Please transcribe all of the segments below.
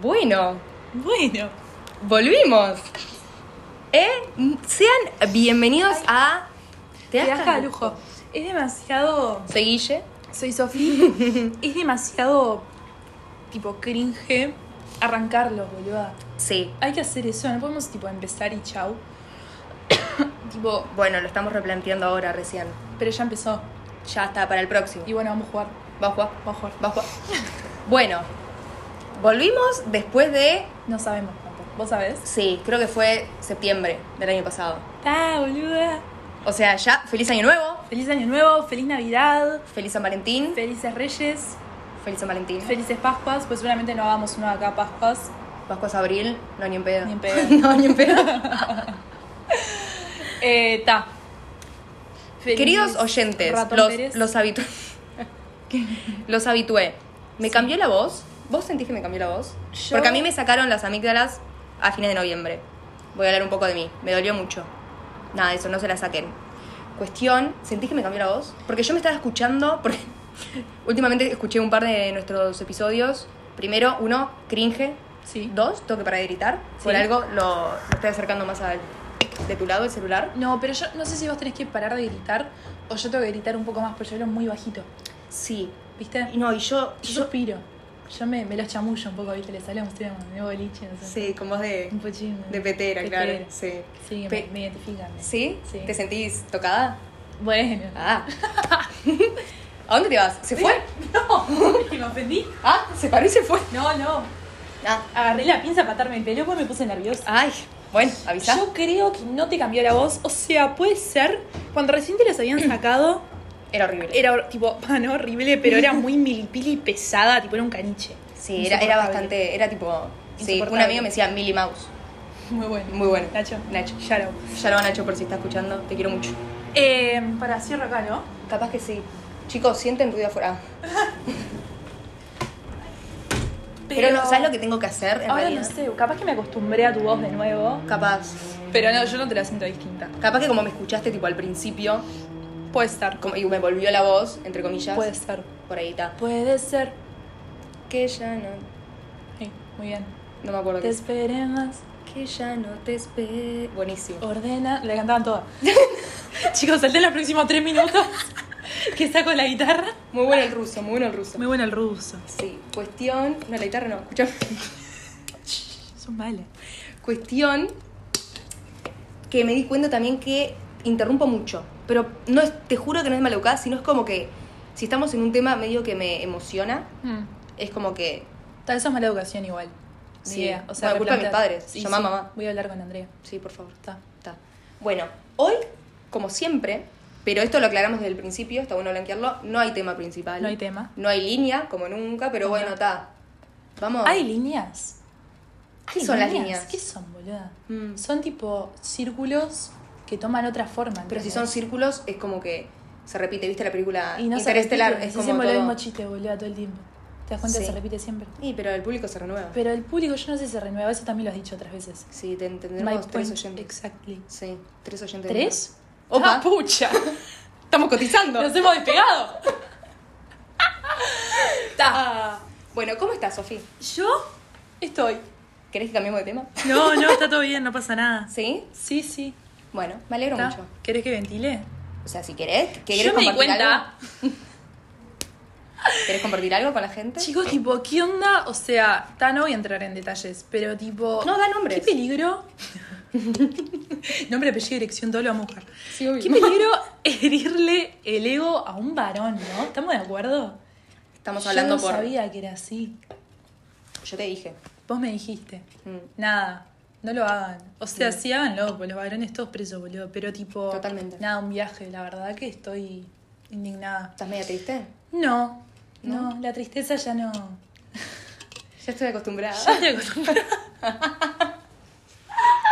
Bueno, Bueno, volvimos. ¿Eh? Sean bienvenidos a. te das cada lujo. Es demasiado. Seguille. Soy Sofía. es demasiado. Tipo cringe arrancarlo, boluda. Sí. Hay que hacer eso, no podemos tipo empezar y chau. tipo, Bueno, lo estamos replanteando ahora recién. pero ya empezó. Ya está, para el próximo. Y bueno, vamos a jugar. Va a jugar. Vamos a jugar. Va a jugar. Bueno, volvimos después de. No sabemos cuánto. ¿Vos sabés? Sí, creo que fue septiembre del año pasado. Ah, boluda. O sea, ya, feliz año nuevo. Feliz año nuevo, feliz Navidad, Feliz San Valentín. felices Reyes, Feliz San Valentín. felices Pascuas. Pues seguramente no hagamos uno acá Pascuas. Pascuas Abril. No, ni en pedo. Ni en pedo. no, ni en pedo. Eh, ta. Feliz Queridos oyentes, Ratón Pérez. los, los habitu- los habitué. ¿Me cambió la voz? ¿Vos sentís que me cambió la voz? Yo- Porque a mí me sacaron las amígdalas a fines de noviembre. Voy a hablar un poco de mí. Me dolió mucho. Nada, de eso, no se la saquen. Cuestión, ¿sentís que me cambió la voz? Porque yo me estaba escuchando, porque últimamente escuché un par de nuestros episodios. Primero, uno, cringe. Sí. Dos, toque para de gritar. Por Sí. algo lo, lo estoy acercando más al, de tu lado el celular. No, pero yo no sé si vos tenés que parar de gritar o yo tengo que gritar un poco más, pero yo hablo muy bajito. Sí. ¿Viste? Y No, y yo, Yo yo suspiro. Yo me, me los chamullo un poco, ¿viste? Le sale a ustedes un nuevo boliche, no sé. Sí, con voz de, Un pochín. ¿no? de petera, claro. Petera. Sí. Sí, Pe- me, me identifican. ¿no? ¿Sí? Sí. ¿Te sentís tocada? Bueno. Ah. ¿A dónde te vas? ¿Se fue? No, que me ofendí. Ah, se paró y se fue. No, no. Ah. Agarré la pinza para atarme el pelo porque me puse nerviosa. Ay, bueno, avisá. Yo creo que no te cambió la voz. O sea, puede ser. Cuando recién te las habían sacado, Era horrible. era tipo, ah, no, horrible, pero era muy milipili y pesada, tipo, era un caniche. sí, era, era bastante, era tipo... Sí, un Insoportable. amigo me decía Millie Mouse. Muy bueno. Muy bueno. Nacho. Nacho. Shadow. Ya lo van Nacho por si está escuchando. Te quiero mucho. Eh, para cierro acá, ¿no? Capaz que sí. Chicos, sienten ruido afuera. Pero, no, ¿sabes lo que tengo que hacer en Ahora realidad? no sé, capaz que me acostumbré a tu voz de nuevo. Capaz. Pero no, yo no te la siento distinta. Capaz que como me escuchaste tipo al principio Puede estar. como- y me volvió la voz, entre comillas. Puede ser. Por ahí está. Puede ser. Que ya no. Sí, muy bien. No me acuerdo. Te qué- esperemos. Que ya no te espero. Buenísimo. Ordena. Le cantaban todas. Chicos, salté los próximos tres minutos que saco la guitarra. Muy bueno el ruso, muy bueno el ruso. Muy bueno el ruso. Sí, cuestión. No, la guitarra no, escuchá. Son males. Cuestión que me di cuenta también que interrumpo mucho. Pero no es, te juro que no es maleducada, sino es como que si estamos en un tema medio que me emociona, Hmm. es como que. Tal vez es mala educación igual. Sí. Bueno, culpa de mis replantear. padres. Llamá a mamá. Voy a hablar con Andrea. Sí, por favor. Está. Está. Bueno, hoy, como siempre, pero esto lo aclaramos desde el principio, está bueno blanquearlo, no hay tema principal. No hay tema. No hay línea, como nunca, pero bueno, está. Vamos. ¿Hay líneas? ¿Qué ¿Hay son las líneas? ¿Qué son, boluda? Mm. Son tipo círculos que toman otra forma. Pero si ¿entendés? son círculos, es como que se repite, ¿viste la película Y no se Interestelar? repite, es si como siempre todo. lo mismo chiste, boluda, todo el tiempo. ¿Te das cuenta que Sí. se repite siempre? Sí, pero el público se renueva. Pero el público, yo no sé si se renueva, eso también lo has dicho otras veces. Sí, te My entendemos tres point oyentes. Exactly. Sí, tres oyentes. ¿Tres? Opa. ¡Ah, pucha! Estamos cotizando. ¡Nos hemos despegado! Ah. Bueno, ¿cómo estás, Sofía? Yo estoy. ¿Querés que cambiemos de tema? No, no, está todo bien, no pasa nada. ¿Sí? Sí, sí. Bueno, me alegro ¿Está? mucho. ¿Querés que ventile? O sea, si querés, que Yo querés me di compartir cuenta. algo? ¿Querés compartir algo con la gente? Chicos, tipo, ¿qué onda? O sea, ta, no voy a entrar en detalles, pero tipo. No, da nombres. ¿Qué peligro? Nombre, apellido, dirección, todo lo vamos a buscar. Sí, obvio. ¿Qué peligro herirle el ego a un varón, no? ¿Estamos de acuerdo? Estamos hablando Yo no por. sabía que era así. Yo te dije. Vos me dijiste. Mm. Nada, no lo hagan. O sea, sí háganlo, porque los varones todos presos, boludo. Pero tipo. Totalmente. Nada, un viaje. La verdad que estoy indignada. ¿Estás media triste? No, no, la tristeza ya no. Ya estoy acostumbrada. Ya estoy acostumbrada.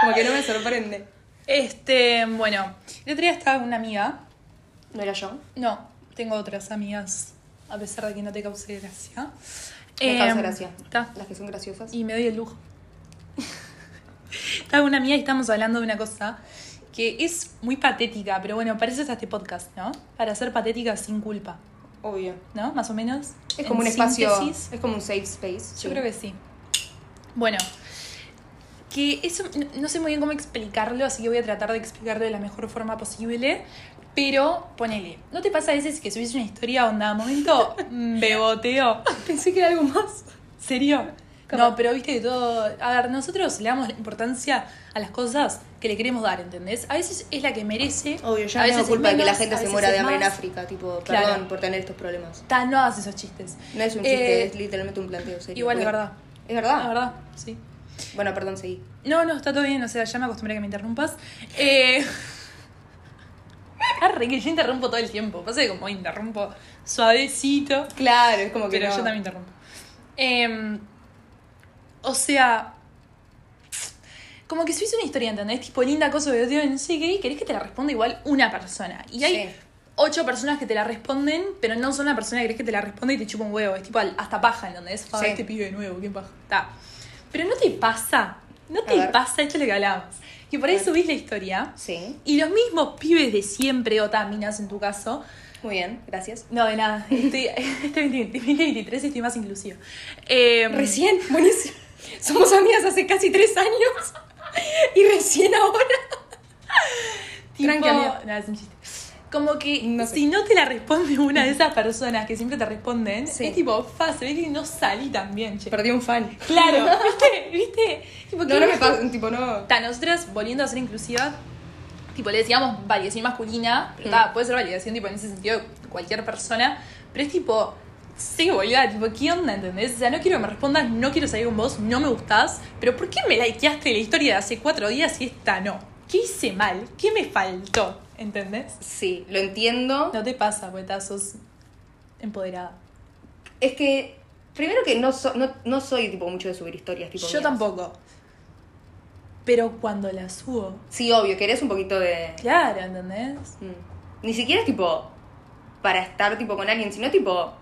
Como que no me sorprende. Este, bueno, el otro día estaba una amiga. ¿No era yo? No, tengo otras amigas, a pesar de que no te cause gracia. Me Eh, causa gracia. está. Las que son graciosas. Y me doy el lujo. estaba una amiga y estamos hablando de una cosa que es muy patética, pero bueno, para eso está este podcast, ¿no? Para ser patética sin culpa, Obvio. ¿no? Más o menos. Es como un En espacio. síntesis, Es como un safe space. Yo creo que sí. Bueno, que eso n- no sé muy bien cómo explicarlo, así que voy a tratar de explicarlo de la mejor forma posible. Pero ponele, ¿no te pasa a veces que subís una historia onda momento mm, beboteo? Pensé que era algo más. ¿Serio? ¿Cómo? No, pero viste de todo. A ver, nosotros le damos la importancia a las cosas que le queremos dar, ¿entendés? A veces es la que merece. Obvio, yo a no veces tengo es culpa de que la menos, gente a se veces muera es de hambre en más. África, tipo, Claro. perdón por tener estos problemas. Ta, no hagas esos chistes. No es un Eh, chiste, es literalmente un planteo serio. igual es Porque- verdad. ¿Es verdad? La verdad, sí. Bueno, perdón, seguí. No, no, está todo bien, o sea, ya me acostumbré a que me interrumpas. Eh... Arre, que yo interrumpo todo el tiempo. Pasa que como interrumpo suavecito. Claro, es como que Pero no. yo también interrumpo. Em, o sea, como que subís una historia, ¿entendés? Tipo, linda cosa, de Dios, no sé qué, y querés que te la responda igual una persona. Y hay Sí. ocho personas que te la responden, pero no son la persona que querés que te la responda y te chupa un huevo. Es tipo al- hasta paja, ¿entendés? Ah, Sí. este pibe de nuevo, qué paja. Ta. Pero no te pasa, no A te ver. pasa, esto es lo que hablábamos. Que por ahí subís la historia Sí. y los mismos pibes de siempre, o taminas en tu caso, Muy bien, gracias. no, de nada. Estoy, este 20 2023 estoy más inclusiva. Eh, Mm. Recién, buenísimo. Somos amigas hace casi tres años y recién ahora. tipo- tranqui, amiga. nada, es un chiste. Como que No sé. si no te la responde una de esas personas que siempre te responden, Sí. es tipo fácil, es que no salí tan bien, che. Perdí un fan. Claro, ¿viste? ¿Viste? Tipo, No, ¿qué no me hijo? pasa, tipo, no. Ta, nosotras, volviendo a ser inclusivas, tipo, le decíamos validación masculina, pero Mm. ta, puede ser validación, tipo, en ese sentido, cualquier persona, pero es tipo, sí, boluda, tipo, ¿qué onda, entendés? O sea, no quiero que me respondas, no quiero salir con vos, no me gustás, pero ¿por qué me likeaste la historia de hace cuatro días y esta no? ¿Qué hice mal? ¿Qué me faltó? ¿Entendés? Sí, lo entiendo. No te pasa, porque ta, sos empoderada. Es que, primero que no, so- no, no soy tipo mucho de subir historias. Tipo, Yo mías. tampoco. Pero cuando la subo, Sí, obvio, querés un poquito de. claro, ¿entendés? Mm. Ni siquiera es tipo para estar tipo con alguien, sino tipo.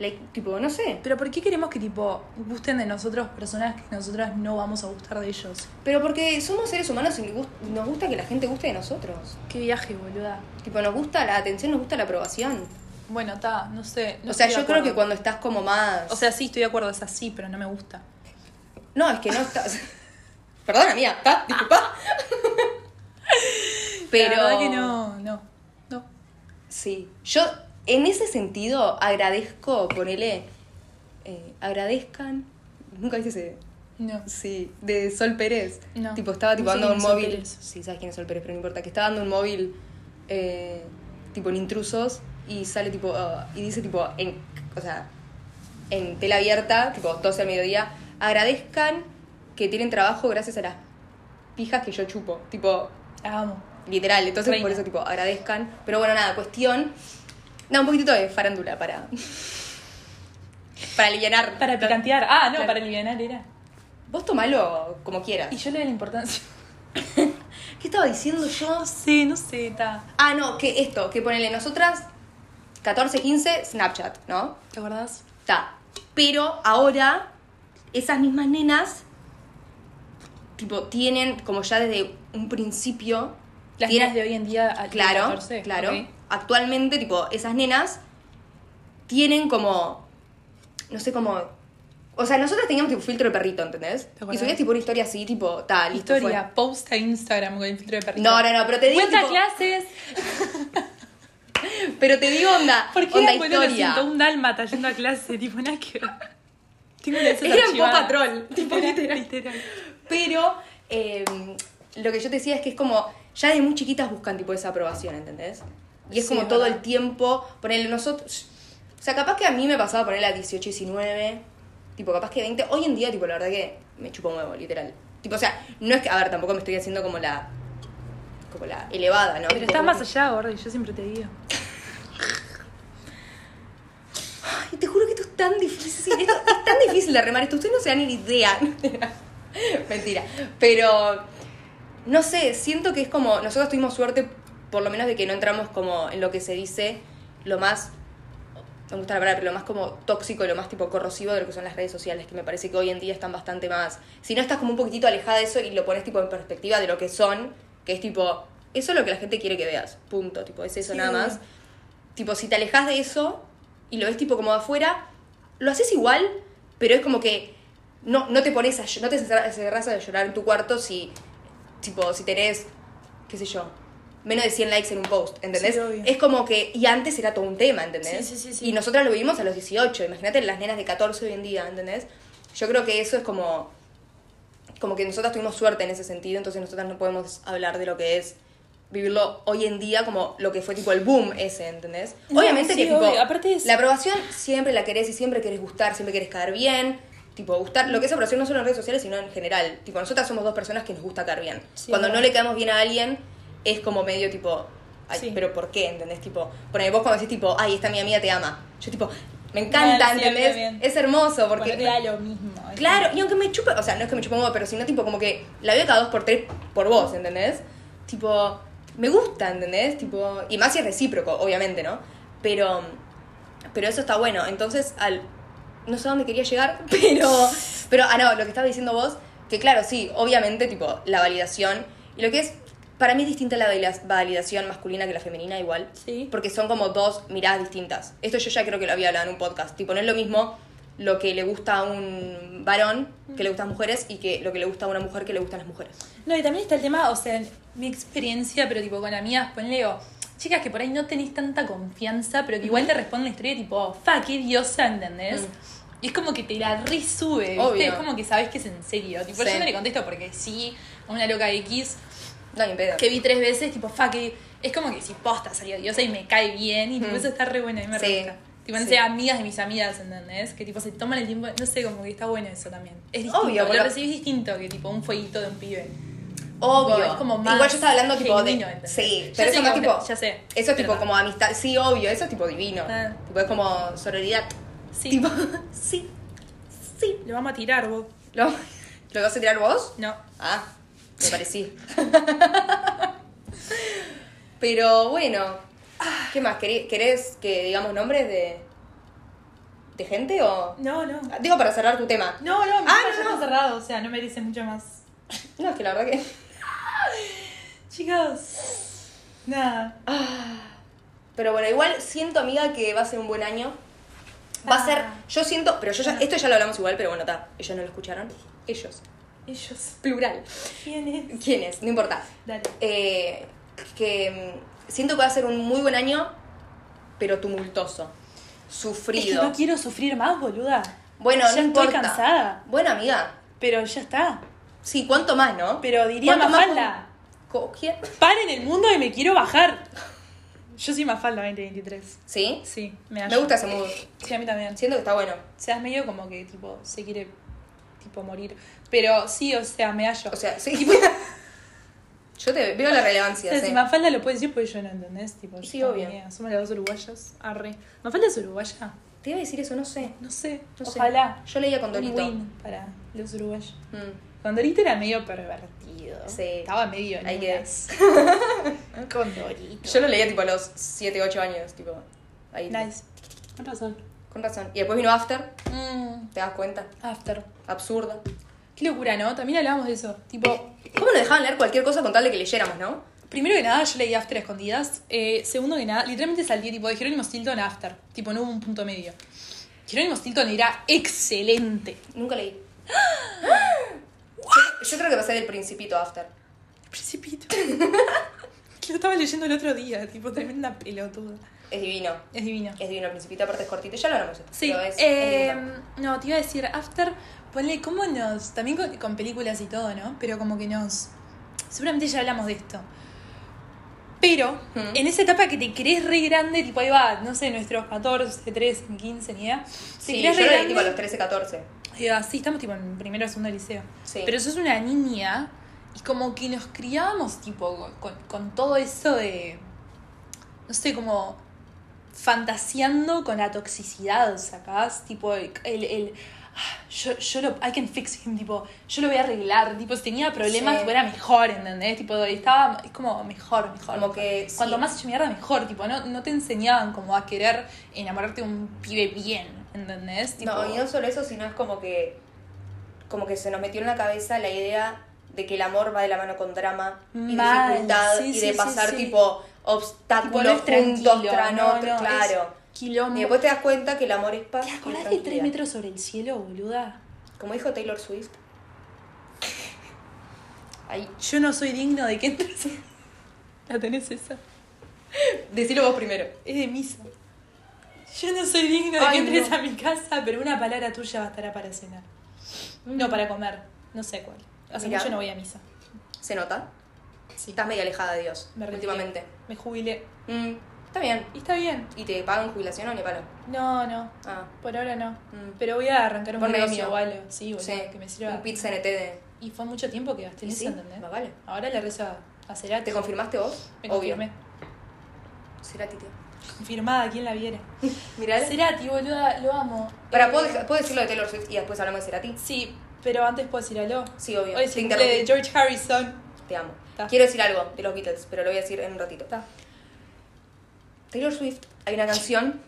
like, tipo, no sé. Pero ¿por qué queremos que tipo gusten de nosotros personas que nosotras no vamos a gustar de ellos? Pero porque somos seres humanos y nos gust- nos gusta que la gente guste de nosotros. Qué viaje, boluda. Tipo, nos gusta la atención, nos gusta la aprobación. Bueno, ta, no sé. no o sea, estoy de yo creo acuerdo. que cuando estás como más. O sea, sí, estoy de acuerdo, es así, pero no me gusta. no, es que no estás. Perdona, mía, ta, disculpa. Pero. La verdad que no, no. No. Sí. Yo, en ese sentido, agradezco, ponele. eh, agradezcan. Nunca hice ese. No. Sí, de Sol Pérez. No. Tipo, estaba tipo No sé dando un quién es Sol móvil. Pérez. Sí, sabes quién es Sol Pérez, pero no importa. Que está dando un móvil eh, tipo en intrusos y sale tipo. ah, y dice tipo. En, o sea, en tela abierta, tipo 12 al mediodía. Agradezcan que tienen trabajo gracias a las pijas que yo chupo. Tipo, La amo. literal. Entonces, Reina. por eso, tipo, agradezcan. Pero bueno, nada, cuestión. No, un poquitito de farándula para. para aliviar. Para picantear. Ah, no, Claro. para aliviar era. Vos tomalo como quieras. Y yo le doy la importancia. ¿Qué estaba diciendo yo? No sé, no sé, ta. Ah, no, que esto, que ponele nosotras 14, 15, Snapchat, ¿no? ¿Te acordás? Está. Pero ahora, esas mismas nenas, tipo, tienen, como ya desde un principio. Las tienen- niñas de hoy en día al Claro, 14, claro. ok. Actualmente, tipo, esas nenas tienen como. No sé cómo. O sea, nosotras teníamos tipo filtro de perrito, ¿entendés? acordás? Y subías tipo una historia así, tipo, tal, Historia, post a Instagram con el filtro de perrito. No, no, no, pero te digo. Cuenta tipo- clases. pero te digo onda. ¿Por qué onda boludo, historia. sentó un dálmata yendo a clase? Tipo, nada que ver. Tengo una de esas Eran archivadas. Paw Patrol, tipo, literal. literal. Pero eh, lo que yo te decía es que es como, ya de muy chiquitas buscan tipo esa aprobación, ¿entendés? Y es Sí, como es todo verdad. el tiempo, ponerle nosotros... O sea, capaz que a mí me pasaba ponerle a 18, 19, tipo capaz que 20. Hoy en día, tipo, la verdad que me chupo un huevo, literal. Tipo, o sea, no es que, a ver, tampoco me estoy haciendo como la... Como la elevada, ¿no? Pero Tipo, estás como más allá, Gordi, yo siempre te digo. Ay, te juro que esto es tan difícil. esto es tan difícil de remar esto. Ustedes no se dan ni idea. Mentira. Pero, no sé, siento que es como. Nosotros tuvimos suerte, por lo menos, de que no entramos como en lo que se dice lo más. No me gusta la palabra, pero lo más como tóxico, lo más tipo corrosivo de lo que son las redes sociales, que me parece que hoy en día están bastante más. Si no estás como un poquitito alejada de eso y lo pones tipo en perspectiva de lo que son, que es tipo. Eso es lo que la gente quiere que veas. Punto. Tipo, es eso Sí, nada más. obvio. Tipo, si te alejas de eso y lo ves tipo como de afuera, lo haces igual, pero es como que no, no te pones a, ll- no te encer- encerrás a llorar en tu cuarto si, tipo, si tenés, qué sé yo, menos de 100 likes en un post, ¿entendés? Sí, obvio. es como que, y antes era todo un tema, ¿entendés? Sí, sí, sí, sí. Y nosotras lo vivimos a los 18, imagínate las nenas de 14 hoy en día, ¿entendés? Yo creo que eso es como, como que nosotras tuvimos suerte en ese sentido, entonces nosotras no podemos hablar de lo que es vivirlo hoy en día como lo que fue tipo el boom ese, ¿entendés? No, Obviamente sí, que tipo, obvio. Aparte es- la aprobación siempre la querés y siempre querés gustar, siempre querés caer bien. Tipo, gustar, lo que es aprobación no solo en redes sociales, sino en general. Tipo, nosotras somos dos personas que nos gusta caer bien. Sí, Cuando verdad. no le caemos bien a alguien, es como medio tipo, ay, Sí. pero ¿por qué? ¿Entendés? Tipo, ponele vos cuando decís tipo, ay, esta mi amiga te ama. Yo tipo, me encanta, Bueno, sí, a mí ¿entendés? también. Es hermoso porque... Porque da lo mismo. es Claro, y aunque me chupe, o sea, no es que me chupe un huevo, pero sino tipo como que la veo cada dos por tres por vos, ¿entendés? Tipo, me gusta, ¿entendés? Tipo, y más si es recíproco, obviamente, ¿no? Pero, pero eso está bueno. Entonces, al, no sé a dónde quería llegar, pero, pero, ah, no, lo que estabas diciendo vos, que claro, sí, obviamente, tipo, la validación, y lo que es, para mí es distinta la valida- validación masculina que la femenina igual, Sí. porque son como dos miradas distintas. Esto yo ya creo que lo había hablado en un podcast. Tipo, no es lo mismo lo que le gusta a un varón que le gustan mujeres y que lo que le gusta a una mujer que le gustan las mujeres. No, y también está el tema, o sea, en mi experiencia, pero tipo con amigas, ponle, o chicas que por ahí no tenés tanta confianza, pero que igual te responden la historia tipo, fa, qué diosa, ¿entendés? Mm. Y es como que te la resube, ¿viste? Obvio. Es como que sabes que es en serio. Tipo, Sí. yo no le contesto porque sí, una loca X No, ni pedo. que vi tres veces, tipo, fa, que es como que si posta salió diosa y me cae bien, y tipo, Mm. eso está re bueno, a mí me Sí. re gusta. Tipo, no Sí. sé, amigas de mis amigas, ¿entendés? Que tipo se toman el tiempo, no sé, como que está bueno eso también. Es distinto, Obvio, lo porque- recibís distinto que tipo un fueguito de un pibe. Obvio. Tipo, es como más Igual yo estaba hablando tipo genuino, de. ¿entendés? Sí, Ya pero sé eso más cómo- tipo. ya sé, Eso es tipo pero- como amistad. Sí, obvio, eso es tipo divino. Ah. Tipo, es como sororidad. Sí. Tipo, sí. Sí. Lo vamos a tirar vos. ¿Lo, ¿Lo vas a tirar vos? No. Ah, me parecí. Pero bueno, ¿qué más? ¿Querí- ¿Querés que digamos nombres de, de gente o...? No, no. Ah, Digo para cerrar tu tema. No, no, mi Ah, ah, no, ya no. está cerrado, o sea, no merece mucho más. No, es que la verdad que... Chicos, nada. Ah. Pero bueno, igual siento, amiga, que va a ser un buen año. Va a ser... Ah. Yo siento... Pero yo ya... Ah. Esto ya lo hablamos igual, pero bueno, está. Ellos no lo escucharon. Ellos. Ellos. Plural. ¿Quién es? ¿Quiénes? No importa. Dale. Eh, que mm, siento que va a ser un muy buen año, pero tumultuoso. Es que Sufrido. no quiero sufrir más, boluda. Bueno, ya no estoy importa. cansada. Bueno, amiga. Pero ya está. Sí, ¿cuánto más, no? Pero diría ¿Cuánto más Mafalda. con- con- ¿Quién? Paren el mundo y me quiero bajar. Yo soy Mafalda 2023. ¿Sí? Sí, me Me hallo. gusta ese mood. Sí, a mí también. Siento que está bueno. O sea, es medio como que tipo se quiere tipo morir. Pero sí, o sea, me hallo. O sea, sí. Yo te veo la O relevancia, sea, sí. si Mafalda lo puede decir, pues yo no entendés. Tipo, yo Sí, también, obvio. eh, Somos las dos uruguayas. Arre. ¿Mafalda es uruguaya? Te iba a decir eso, no sé. No sé. No sé. Ojalá. Yo leía con Un Dorito. win para los uruguayos. Mm. Condorito era medio pervertido. Sí. Estaba medio en Hay que- unas. Condorito. Yo lo leía tipo a los 7, 8 años, tipo. Ahí. Nice. Con razón. Con razón. Y después vino After, Mm, te das cuenta. after. Absurda. Qué locura, ¿no? También hablábamos de eso. Tipo, ¿Cómo nos dejaban leer cualquier cosa con tal de que leyéramos, no? primero que nada, yo leí After a escondidas. Eh, segundo que nada, literalmente salí tipo de Jerónimo Stilton a After. Tipo, no hubo un punto medio. Jerónimo Stilton era excelente. Nunca leí. Yo, yo creo que pasé del principito a After. El Principito. Lo estaba leyendo el otro día, tipo, tremenda pelotuda. Es divino. Es divino. Es divino el principito, aparte es cortito. Ya lo hablamos esto. Sí, pero es- es eh, divino. no, te iba a decir, After, ponle cómo nos, también con, con películas y todo, ¿no? Pero como que nos, seguramente ya hablamos de esto. Pero Ujú. en esa etapa que te crees re grande, tipo ahí va, no sé, nuestros 14, 13, 15, ni idea. Te Sí, yo crees lo re leí tipo a grande. los 13, 14. Ahí va, sí, estamos tipo en primero o segundo de liceo. Sí. Pero sos una niña y como que nos criábamos tipo con, con todo eso de, no sé, como fantaseando con la toxicidad, ¿sacás? Tipo el... el- el, "Ah, yo, yo lo... I can fix him, tipo, yo lo voy a arreglar. Tipo, si tenía problemas, Sí. tipo, era mejor, ¿entendés? Tipo, estaba... Es como mejor, mejor. Como que, sí. Cuanto más hecho mierda, mejor. Tipo, no, no te enseñaban como a querer enamorarte de un pibe bien, ¿entendés? Tipo, No, y no solo eso, sino es como que. Como que se nos metió en la cabeza la idea de que el amor va de la mano con drama y Mal, dificultad sí, y de sí, pasar sí, sí. tipo Tipo, obstáculos no es juntos, tranquilo, tras no, otro, no, claro. es quilombo. Y después te das cuenta que el amor es paz. ¿Te y acordás de tranquilidad. 3 metros sobre el cielo, boluda? Como dijo Taylor Swift. Ahí. Yo no soy digno de que entres. La tenés esa. Decilo vos primero. Es de misa. Yo no soy digno de Ay, que entres no. a mi casa, pero una palabra tuya bastará para cenar. Mm. No, para comer. No sé cuál. Hace Mirá. mucho no voy a misa. ¿Se nota? Sí. Estás medio alejada de Dios Me retiré. últimamente. Me jubilé. Mm, está bien. Y está bien. ¿Y te pagan jubilación o ni palo? No, no. Ah, Por ahora no. Mm. Pero voy a arrancar un Por negocio negocio. o algo. Sí, boludo, sí. que me sirva. Un pit CNT de. Y fue mucho tiempo que gasté en Y eso, sí, ¿entendés? más vale. Ahora le rezo a- a Cerati. ¿Te confirmaste vos? Me Obvio. confirmé. Cerati, tío. Confirmada, ¿quién la viera? Mirá. Cerati, boluda, lo amo. Para, Eh, ¿puedo, dej- puedo decir lo de Taylor Swift y después hablamos de Cerati? Sí, pero antes puedo decir algo. Sí, obvio. Hoy es Te el interrumpí. cumple de George Harrison. Te amo. Ta. Quiero decir algo de los Beatles, pero lo voy a decir en un ratito. Ta. Taylor Swift, hay una canción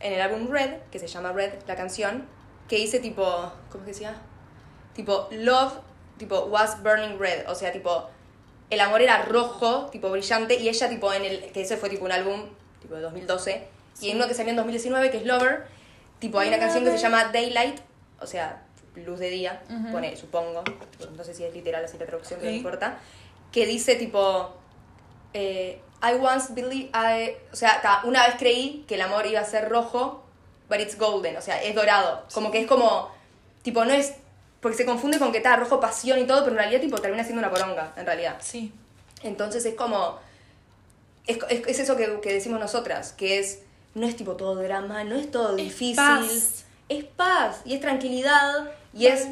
en el álbum Red, que se llama Red, la canción, que dice tipo, ¿cómo se decía? Tipo, love, tipo, was burning red, o sea, tipo, el amor era rojo, tipo, brillante, y ella tipo, en el, que ese fue tipo un álbum, tipo, de 2012, y en uno que salió en 2019, que es Lover, tipo, hay una canción que se llama Daylight, o sea, luz de día, pone, supongo, tipo, no sé si es literal así la traducción, pero Ok. no importa, que dice tipo, eh, I once believe I, o sea, ta, una vez creí que el amor iba a ser rojo, but it's golden, o sea, es dorado. Como que es como, tipo, no es, porque se confunde con que está rojo pasión y todo, pero en realidad tipo termina siendo una poronga, en realidad. Sí. Entonces es como, es, es- es eso que, que decimos nosotras, que es, no es tipo todo drama, no es todo Es difícil. paz. Es paz, y es tranquilidad, y es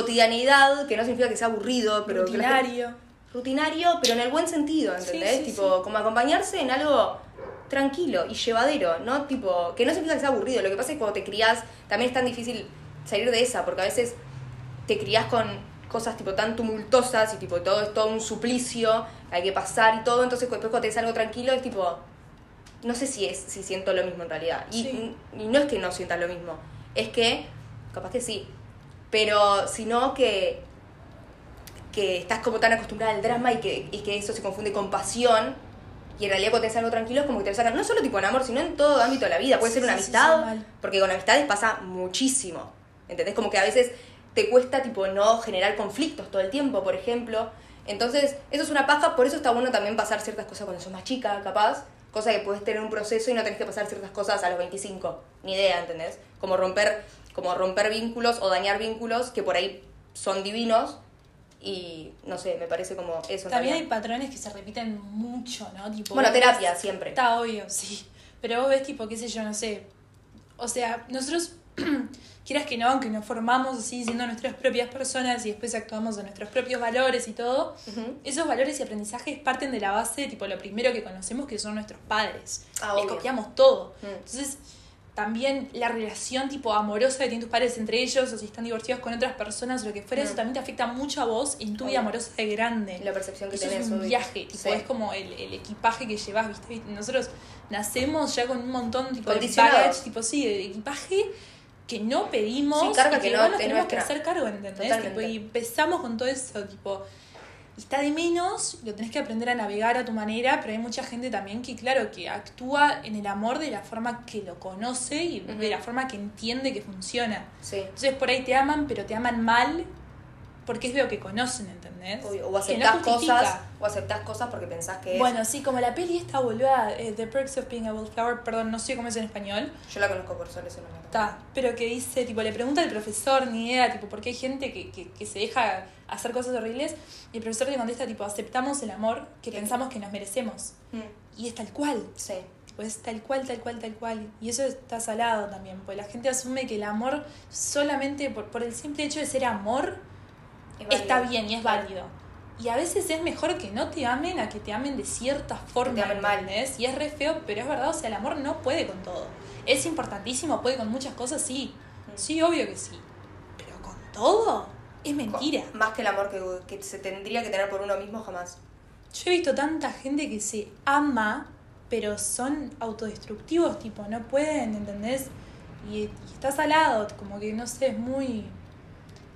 cotidianidad, que no significa que sea aburrido, pero que la gente- Rutinario. rutinario, pero en el buen sentido, ¿entendés? Sí, sí, tipo, como acompañarse en algo tranquilo y llevadero, ¿no? Tipo, que no significa que sea aburrido. Lo que pasa es que cuando te crías, también es tan difícil salir de esa, porque a veces te crías con cosas tipo tan tumultuosas y tipo todo es todo un suplicio, hay que pasar y todo, entonces después cuando te es algo tranquilo es tipo, no sé si es si siento lo mismo en realidad. Y, Sí. y no es que no sientas lo mismo, es que capaz que sí, pero sino que que estás como tan acostumbrada al drama y que, y que eso se confunde con pasión. Y en realidad cuando tenés algo tranquilo es como que te lo sacan, no solo tipo en amor, sino en todo ámbito de la vida. Puede Sí, ser una sí, sí, sí, amistad, mal. porque con amistades pasa muchísimo. ¿Entendés? Como que a veces te cuesta tipo no generar conflictos todo el tiempo, por ejemplo. Entonces, eso es una paja, por eso está bueno también pasar ciertas cosas cuando sos más chica, capaz. Cosa que puedes tener un proceso y no tenés que pasar ciertas cosas a los 25. Ni idea, ¿entendés? Como romper, como romper vínculos o dañar vínculos que por ahí son divinos, y no sé, me parece como eso. en También hay realidad. patrones que se repiten mucho, ¿no? Tipo, Bueno, vos terapia ves- siempre. Está obvio, sí. Pero vos ves, tipo, qué sé yo, no sé. O sea, nosotros, quieras que no, aunque nos formamos así, siendo nuestras propias personas y después actuamos en nuestros propios valores y todo, Ujú. esos valores y aprendizajes parten de la base, tipo, lo primero que conocemos que son nuestros padres. Ah, Les obvio. copiamos todo. Mm. Entonces, también la relación, tipo, amorosa que tienen tus padres entre ellos, o si están divorciados con otras personas, o lo que fuera, Mm. eso también te afecta mucho a vos en tu vida Obvio. amorosa de grande. La percepción que Eso tenés. es un obvio. viaje, tipo, Sí. es como el, el equipaje que llevas, ¿viste? ¿viste? Nosotros nacemos ya con un montón tipo, de Condicionado. baggage, tipo, sí, de equipaje que no pedimos Sí, carga y que que, no no nos es tenemos que nuestra. hacer cargo, ¿entendés? Totalmente. Tipo, y empezamos con todo eso, tipo, y está de menos, lo tenés que aprender a navegar a tu manera, pero hay mucha gente también que, claro, que actúa en el amor de la forma que lo conoce y Ujú. de la forma que entiende que funciona. Sí. Entonces por ahí te aman, pero te aman mal porque es lo que conocen, ¿entendés? Obvio. O Que no aceptás justifica. cosas. O aceptás cosas porque pensás que es. Bueno, sí, como la peli esta boluda, eh, The Perks of Being a Wallflower, perdón, no sé cómo es en español, Yo la conozco por sol, eso no me acuerdo. está, pero que dice, tipo, le pregunta al profesor, ni idea, tipo, porque hay gente que, que, que se deja hacer cosas horribles, y el profesor le contesta, tipo, aceptamos el amor que pensamos que nos merecemos. Mm, Y es tal cual, Sí. pues tal cual, tal cual, tal cual. Y eso está salado también, pues la gente asume que el amor solamente por, por el simple hecho de ser amor Es está válido. bien y es válido. Y a veces es mejor que no te amen a que te amen de cierta forma. Que te amen mal. ¿entendés? Y es re feo, pero es verdad, o sea, el amor no puede con todo. Es importantísimo, puede con muchas cosas, sí. Mm. Sí, obvio que sí. Pero con todo es mentira. Más que el amor que, que se tendría que tener por uno mismo jamás. Yo he visto tanta gente que se ama, pero son autodestructivos, tipo, no pueden, ¿entendés? Y, y está salado, como que no sé, es muy.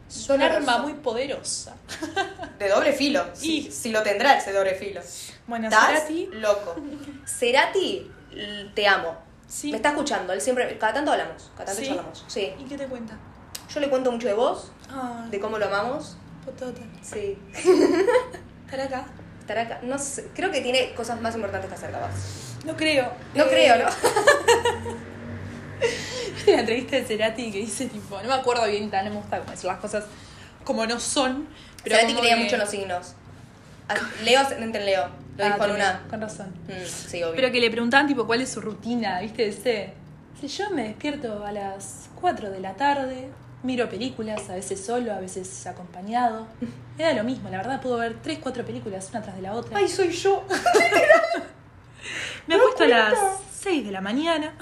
Es un Doloroso. arma muy poderosa. De doble filo. Sí. Si, Y- lo tendrá ese doble filo. Bueno, ¿Estás? Cerati, Loco. Cerati, l- te amo. Sí. Me está escuchando. Él siempre. Cada tanto hablamos. Cada tanto Sí. charlamos. Sí. ¿Y qué te cuenta? Yo le cuento mucho de vos. Ay, de cómo lo amamos. potota. Sí. Estar acá. Taraka, no sé, creo que tiene cosas más importantes que hacer, capaz. No creo. No Eh, creo, ¿no? ¿Viste la entrevista de Cerati que dice tipo, no me acuerdo bien, tan no me gusta como decir las cosas como no son. Pero Cerati como creía que- mucho en los signos. A- Leo, ascendente en Leo. Lo Ah, dijo en tenés- una. Con razón. Mm, sí, obvio. Pero que le preguntaban tipo cuál es su rutina, ¿viste? Dice, si yo me despierto a las 4 de la tarde, miro películas, a veces solo, a veces acompañado. Me da lo mismo, la verdad puedo ver 3, 4 películas una tras de la otra. Ay, soy yo. me acuesto a las 6 de la mañana.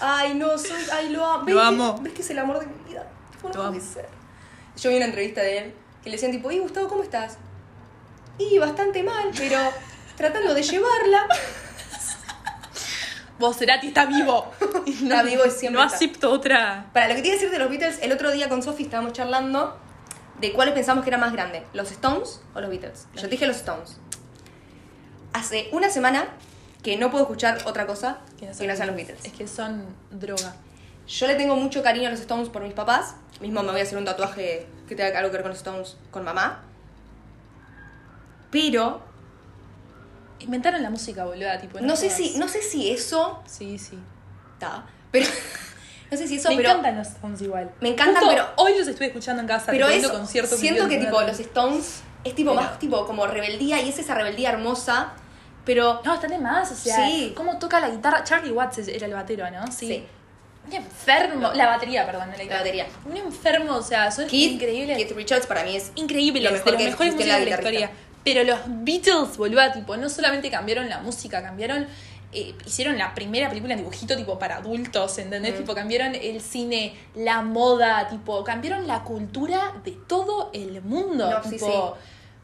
Ay, no, soy. Ay, lo amo. ¿Ves Lo que- amo. ¿Ves que es el amor de mi vida? No Lo puede amo. ser. Yo vi una entrevista de él que le decían, tipo, y Gustavo, ¿cómo estás? Y bastante mal, pero tratando de llevarla. Vos, Cerati, está vivo. Y Está vivo y siempre No está. acepto otra. Para lo que te iba a decir de los Beatles, el otro día con Sophie estábamos charlando de cuáles pensamos que era más grande, los Stones o los Beatles. Yo te dije los Stones. Hace una semana que no puedo escuchar otra cosa que no sean los Beatles. Es que son droga. Yo le tengo mucho cariño a los Stones por mis papás. Mismo me voy a hacer un tatuaje que tenga algo que ver con los Stones con mamá. Pero Inventaron la música, boluda, tipo. no sé todas. si no sé si eso Sí, sí. está, pero no sé si eso, me pero encantan los Stones igual. Me encantan, Justo pero- Hoy los estuve escuchando en casa. pero tipo, viendo eso, conciertos siento que videos, tipo no- los Stones es tipo Pero- más tipo como rebeldía y es esa rebeldía hermosa, pero No, están de más, o sea. Sí. ¿Cómo toca la guitarra? Charlie Watts es- era el batero, ¿no? Sí. Sí. Un enfermo. La batería, perdón, no la guitarra. batería. Un enfermo, o sea, son Keith, increíbles. Keith Richards para mí es increíble, Lo mejor de los que mejores existió en la músicos de la guitarrita. historia. Pero los Beatles, boluda, tipo, no solamente cambiaron la música, cambiaron. eh, hicieron la primera película en dibujito, tipo, para adultos, Mm. ¿entendés? Tipo, cambiaron el cine, la moda, tipo, cambiaron la cultura de todo el mundo. No, sí, tipo,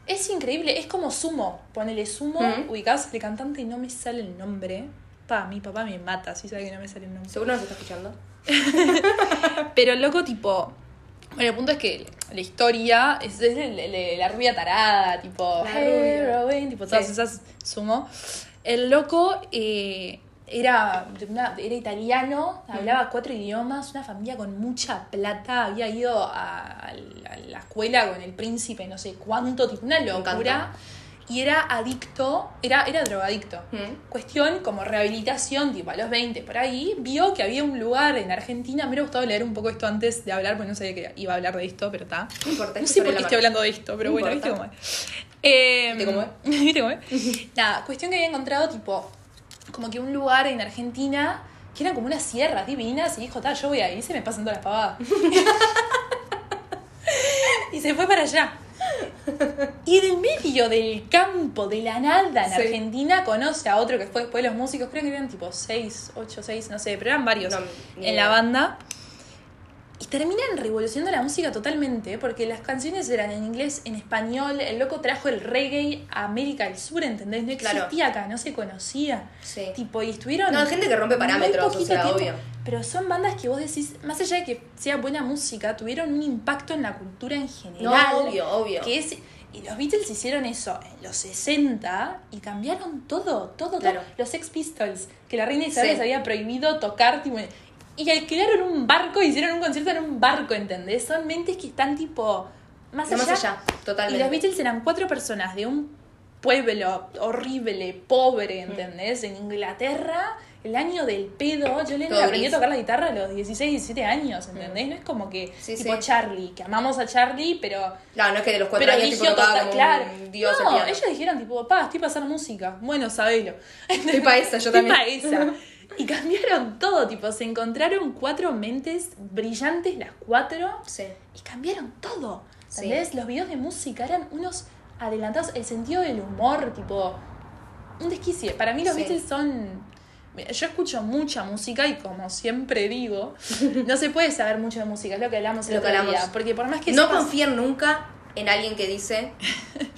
Es increíble, es como Sumo. Ponele Sumo, Mm. ubicás el cantante y no me sale el nombre. Pa, mi papá me mata si sabe que no me sale el nombre. seguro nos está escuchando. Pero el loco, tipo. Bueno, el punto es que la historia es, es el- el- la rubia tarada, tipo. La "Hey, rubia". Robin", tipo, todas Sí. esas sumo. El loco eh, era, de una- era italiano, hablaba cuatro idiomas, una familia con mucha plata, había ido a, a la- a la escuela con el príncipe, no sé cuánto, tipo, una locura. encanta. Y era adicto, era, era drogadicto. Mm. Cuestión, como rehabilitación, tipo a los 20 por ahí, vio que había un lugar en Argentina. Me hubiera gustado leer un poco esto antes de hablar, porque no sabía que iba a hablar de esto, pero está. No importa. No esto sé sobre por la qué estoy marcha. hablando de esto, pero No bueno, viste importa. cómo es. Eh, ¿Viste cómo ¿Viste cómo es? Nada, cuestión que había encontrado, tipo, como que un lugar en Argentina que eran como unas sierras divinas y dijo, ta, yo voy ahí, se me pasan todas las pavadas. y se fue para allá. Y en el medio del campo, de la nada, en Sí. Argentina, conoce a otro que fue después de los músicos, creo que eran tipo 6, 8, 6, no sé, pero eran varios No, ni en idea. la banda. Y terminan revolucionando la música totalmente, porque las canciones eran en inglés, en español, el loco trajo el reggae a América del Sur, ¿entendés? No Claro. existía acá, no se conocía. Sí. Tipo, y estuvieron. No, hay gente que rompe muy parámetros, o poquito sea, tiempo. obvio. Pero son bandas que vos decís, más allá de que sea buena música, tuvieron un impacto en la cultura en No, general. obvio, obvio. Que es, y los Beatles hicieron eso en los 60 y cambiaron todo, todo, Claro. todo. Los Sex Pistols, que la reina Isabel Sí. les había prohibido tocar, tipo, y alquilaron un barco, hicieron un concierto en un barco, ¿entendés? Son mentes que están tipo más No, allá. más allá, totalmente. Y los Beatles eran cuatro personas de un pueblo horrible, pobre, Mm. ¿entendés? En Inglaterra, el año del pedo, yo le Todo aprendí a gris. Mm. tocar la guitarra a los 16, 17 años, ¿entendés? No es como que Sí, tipo sí. Charlie, que amamos a Charlie, pero Claro, no es que de los cuatro pero años tipo, eligió tocaba total, como claro. un dios el no, piano. ellos dijeron tipo, papá, estoy pasando música. Bueno, sabelo. Estoy pa' esa, yo también. Estoy pa' esa. Y cambiaron todo, tipo, se encontraron cuatro mentes brillantes las cuatro Sí. y cambiaron todo. Sí. ¿Entendés? Los videos de música eran unos adelantados, el sentido del humor, tipo, un desquicie. Para mí los Sí. Beatles son... Mira, Yo escucho mucha música y como siempre digo, no se puede saber mucho de música, es lo que hablamos el Lo que otro día, hablamos. Porque por más que no sepas- confían nunca en alguien que dice,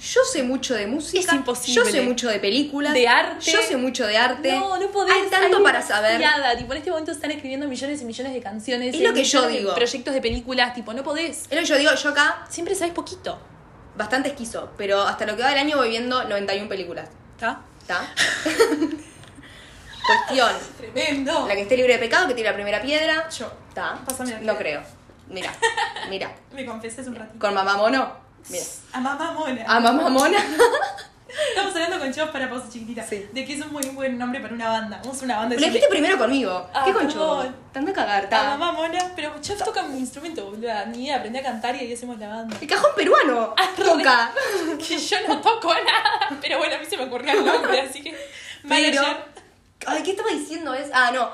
yo sé mucho de música, Es imposible. yo sé mucho de películas, De arte. yo sé mucho de arte, No, no podés. hay tanto para saber. demasiada, Tipo, en este momento están escribiendo millones y millones de canciones. Es y lo que yo millones de digo. Proyectos de películas, tipo, no podés. Es lo que yo digo, yo acá Siempre sabes poquito, bastante esquizo, pero hasta lo que va del año voy viendo 91 películas, ¿está? ¿está? Cuestión, Tremendo. la que esté libre de pecado que tire la primera piedra, Yo. ¿está? Pásame la No piedra. creo. mira, mira. Me confesé hace un ratito. Con mamá mono, mira. A mamá mona. A mamá mona. Estamos hablando con Chavos para Pausa Chiquitita. Sí. De que es un muy buen nombre para una banda. Vamos a una banda Lo dijiste primero conmigo. Ah, ¿Qué concho? perdón. Te anda a cagar, A ta. mamá mona, pero Chavos toca mi instrumento, boluda. Ni idea, aprendí a cantar y ahí hacemos la banda. El cajón peruano. Ah, Toca. que yo no toco nada. Pero bueno, a mí se me ocurrió el nombre, así que. Pero. Manager. Ay, ¿qué estaba diciendo? Es. Ah, no.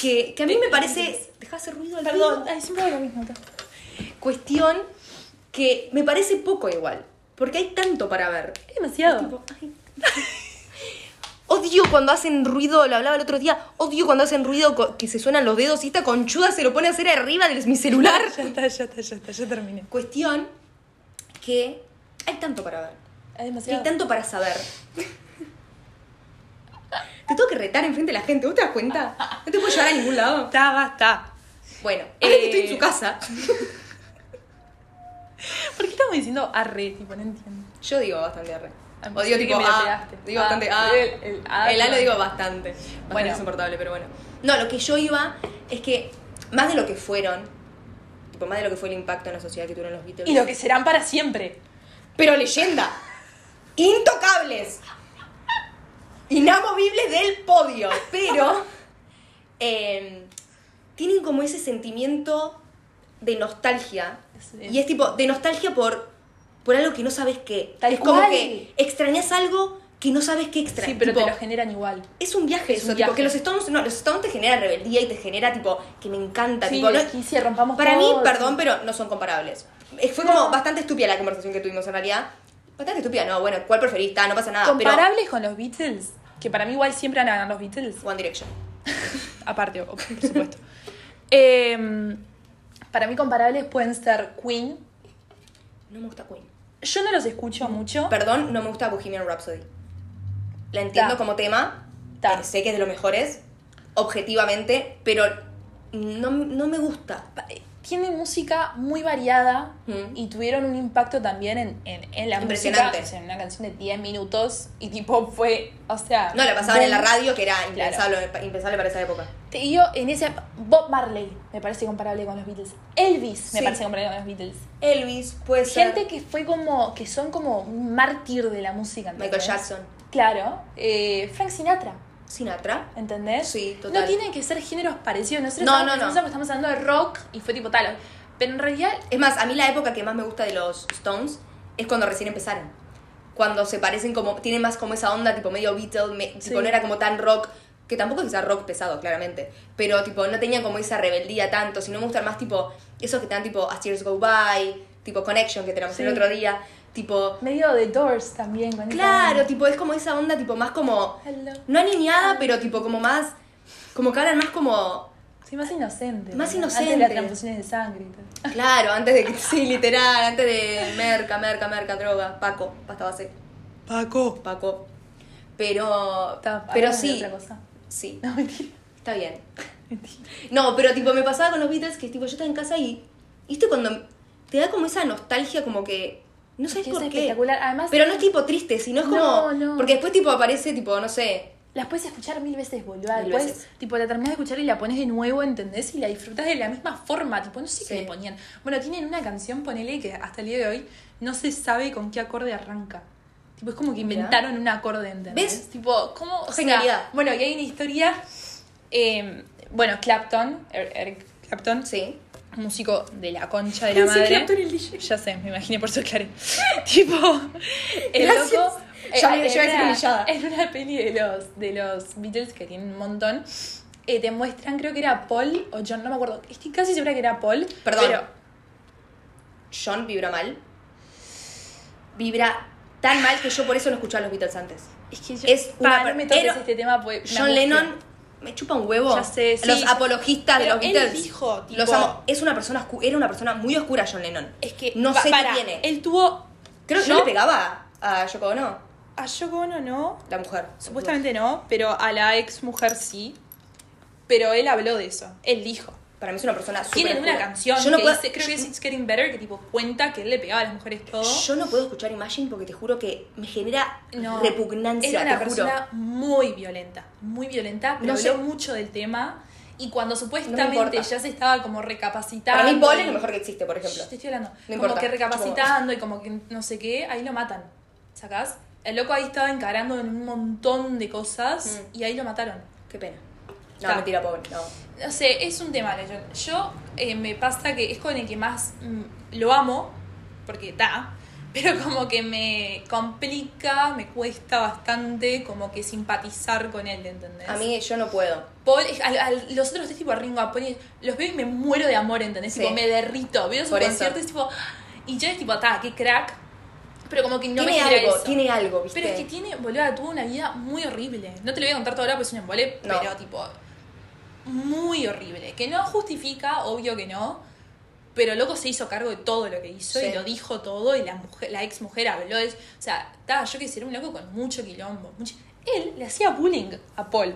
Que, que a mí me parece. Deja hacer ruido al Perdón, pedo. ay, siempre hago lo mismo acá. Cuestión que me parece poco igual. Porque hay tanto para ver. Es demasiado. Odio cuando hacen ruido, lo hablaba el otro día, odio cuando hacen ruido co- que se suenan los dedos y esta conchuda se lo pone a hacer arriba de mi celular. Ya está, ya está, ya está, ya terminé. Cuestión que hay tanto para ver, Es hay demasiado. tanto para saber. Te tengo que retar enfrente de la gente, ¿vos te das cuenta? No te puedo llevar a ningún lado. Está, basta. Bueno, ahora Eh, que estoy en su casa, ¿Por qué estamos diciendo arre? Tipo, no entiendo. yo digo bastante arre. A mí O digo sí que tipo me la ah, pegaste. digo Ah, bastante ah. el- el ah, El A lo claro. digo bastante. Bastante Bueno. insoportable, pero bueno. No, lo que yo iba es que más de lo que fueron, tipo más de lo que fue el impacto en la sociedad que tuvieron los Beatles. Y lo que serán para siempre. Pero leyenda. Intocables. Inamovibles del podio. Pero eh, tienen como ese sentimiento de nostalgia. Sí. Y es tipo, de nostalgia por, por algo que no sabes qué. Tal es como cual. que extrañas algo que no sabes qué extrañas. Sí, pero Tipo, te lo generan igual. es un viaje Es eso, un tipo, viaje. que los Stones, no, los Stones te genera rebeldía y te genera tipo que me encanta, Sí, tipo, no- que si rompamos para mí, todo, perdón, pero no son comparables. Eh, Fue como bastante estúpida la conversación que tuvimos en realidad. Bastante estúpida, no, bueno, ¿cuál preferís? Ta, no pasa nada, Comparables con los Beatles, que para mí igual siempre van a ganar los Beatles. pero One Direction. Aparte, o- por supuesto. Em, para mí comparables pueden ser Queen. No me gusta Queen. Yo no los escucho mucho. Perdón, no me gusta Bohemian Rhapsody. La entiendo Ta. como tema, Ta. eh, sé que es de los mejores, objetivamente, pero no, no me gusta. Tiene música muy variada Mm. y tuvieron un impacto también en, en, en la Impresionante. música. O sea, en una canción de 10 minutos y tipo fue, o sea... No, la pasaban en la boom. radio, que era impensable, impensable para esa época. Te digo, en ese... Bob Marley me parece comparable con los Beatles. Elvis me Sí. parece comparable con los Beatles. Elvis, puede ser. Gente que fue como... Que son como un mártir de la música. ¿entendés? Michael Jackson. Claro. Eh, Frank Sinatra. Sinatra. ¿Entendés? Sí, total. No tienen que ser géneros parecidos. Nosotros No, no, estamos no. pensando que estamos hablando de rock y fue tipo tal. Pero en realidad, Es más, a mí la época que más me gusta de los Stones es cuando recién empezaron. Cuando se parecen como. Tienen más como esa onda tipo medio Beatle, me- tipo no era como tan rock. Que tampoco es que sea rock pesado, claramente. Pero tipo, no tenían como esa rebeldía tanto. Sino me gustan más tipo. Esos que te dan tipo As Tears Go By, tipo Connection que tenemos el Sí. otro día. Tipo. medio de Doors también. Con esa Claro, banda. tipo, es como esa onda tipo más como. Hello. No aniñada, pero tipo como más. Como que hablan más como. Sí, más inocente. Más ¿no? Antes de inocente. las transfusiones de sangre. y todo. Claro, antes de que. Sí, literal, antes de merca, merca, merca, droga, Paco, pasta base. Paco. Paco. Pero. Está- pero hablamos de sí. otra cosa. Sí, No, mentira. está bien. mentira. No, pero tipo, me pasaba con los Beatles que tipo, yo estaba en casa y. ¿Viste cuando te da como esa nostalgia, como que. No Es sabes que es por qué. espectacular. Además, Pero no es tipo triste, sino es como. No, no. Porque después tipo aparece tipo, no sé. las puedes escuchar mil veces, boludo. Mil Después, veces. tipo, la terminás de escuchar y la pones de nuevo, ¿entendés? Y la disfrutas de la misma forma. Tipo, no sé Sí. qué le ponían. Bueno, tienen una canción, ponele, que hasta el día de hoy no se sabe con qué acorde arranca. Tipo, es como que Mirá. inventaron un acorde, ¿entendés? ¿Ves? Tipo, ¿cómo? O sea, Genialidad. bueno, y hay una historia. eh, bueno, Clapton, Er- Eric Clapton, Sí. músico de la concha de la Pensé madre. que Clapton era el DJ. Ya sé, me imaginé, por eso aclaré. tipo, el Gracias. loco. eh, ah, Ya me- yo iba a decir en, humillada. una, en una peli de los, de los Beatles que tienen un montón, eh, te muestran, creo que era Paul o John, no me acuerdo. Estoy casi segura que era Paul. Perdón. Pero, John vibra mal. Vibra tan mal que yo por eso no escuchaba a los Beatles antes. es que yo. Es una Pa, per- no me toques era- este tema, pues. me John angustia. Lennon me chupa un huevo. Ya sé, sí, los ya- apologistas de Pero los él Beatles. dijo, tipo- los amo. Es una persona oscu- era una persona muy oscura John Lennon. Es que. no pa- sé para, qué tiene. Él tuvo. Creo que yo- no le pegaba a Yoko Ono, A Yoko Ono no. la mujer. Supuestamente no, pero a la ex mujer sí. Pero él habló de eso. Él dijo. Para mí es una persona súper Tienen una oscura. canción Yo no, que puedo, dice, creo que yo- es It's Getting Better, que tipo cuenta que él le pegaba a las mujeres todo. yo no puedo escuchar Imagine porque te juro que me genera No, repugnancia, Era una te juro. persona muy violenta, muy violenta, pero No habló sé. mucho del tema Y cuando No me supuestamente importa. ya se estaba como recapacitando. Para mí, Paul es y- lo mejor que existe, por ejemplo. Shh, Te estoy hablando. como importa, que recapacitando y como que no sé qué, ahí lo matan. ¿Sacás? El loco ahí estaba encarando en un montón de cosas Mm. y ahí lo mataron. Qué pena. No, Está. mentira, Paul. No. No sé, es un tema, Legion. Yo eh, me pasa que es con el que más mm, lo amo, porque da, pero como que me complica, me cuesta bastante como que simpatizar con él, ¿entendés? A mí, yo no puedo. Paul, al- al- los otros tres tipo a Ringo, a Paul, los veo y me muero de amor, ¿entendés? Sí. Tipo, me derrito, veo su Por eso. concierto y es tipo, y yo es tipo, ta, qué crack, pero como que no me tiene genera algo, eso. tiene algo, ¿viste? Pero es que tiene, boluda, tuvo una vida muy horrible. No te lo voy a contar todo ahora porque es un embole, No. pero tipo, muy horrible. Que no justifica, obvio que no. Pero loco se hizo cargo de todo lo que hizo Sí. y lo dijo todo. Y la, mujer, la ex mujer habló. de- o sea, ta, yo que ser un loco con mucho quilombo. mucho- él le hacía bullying a Paul.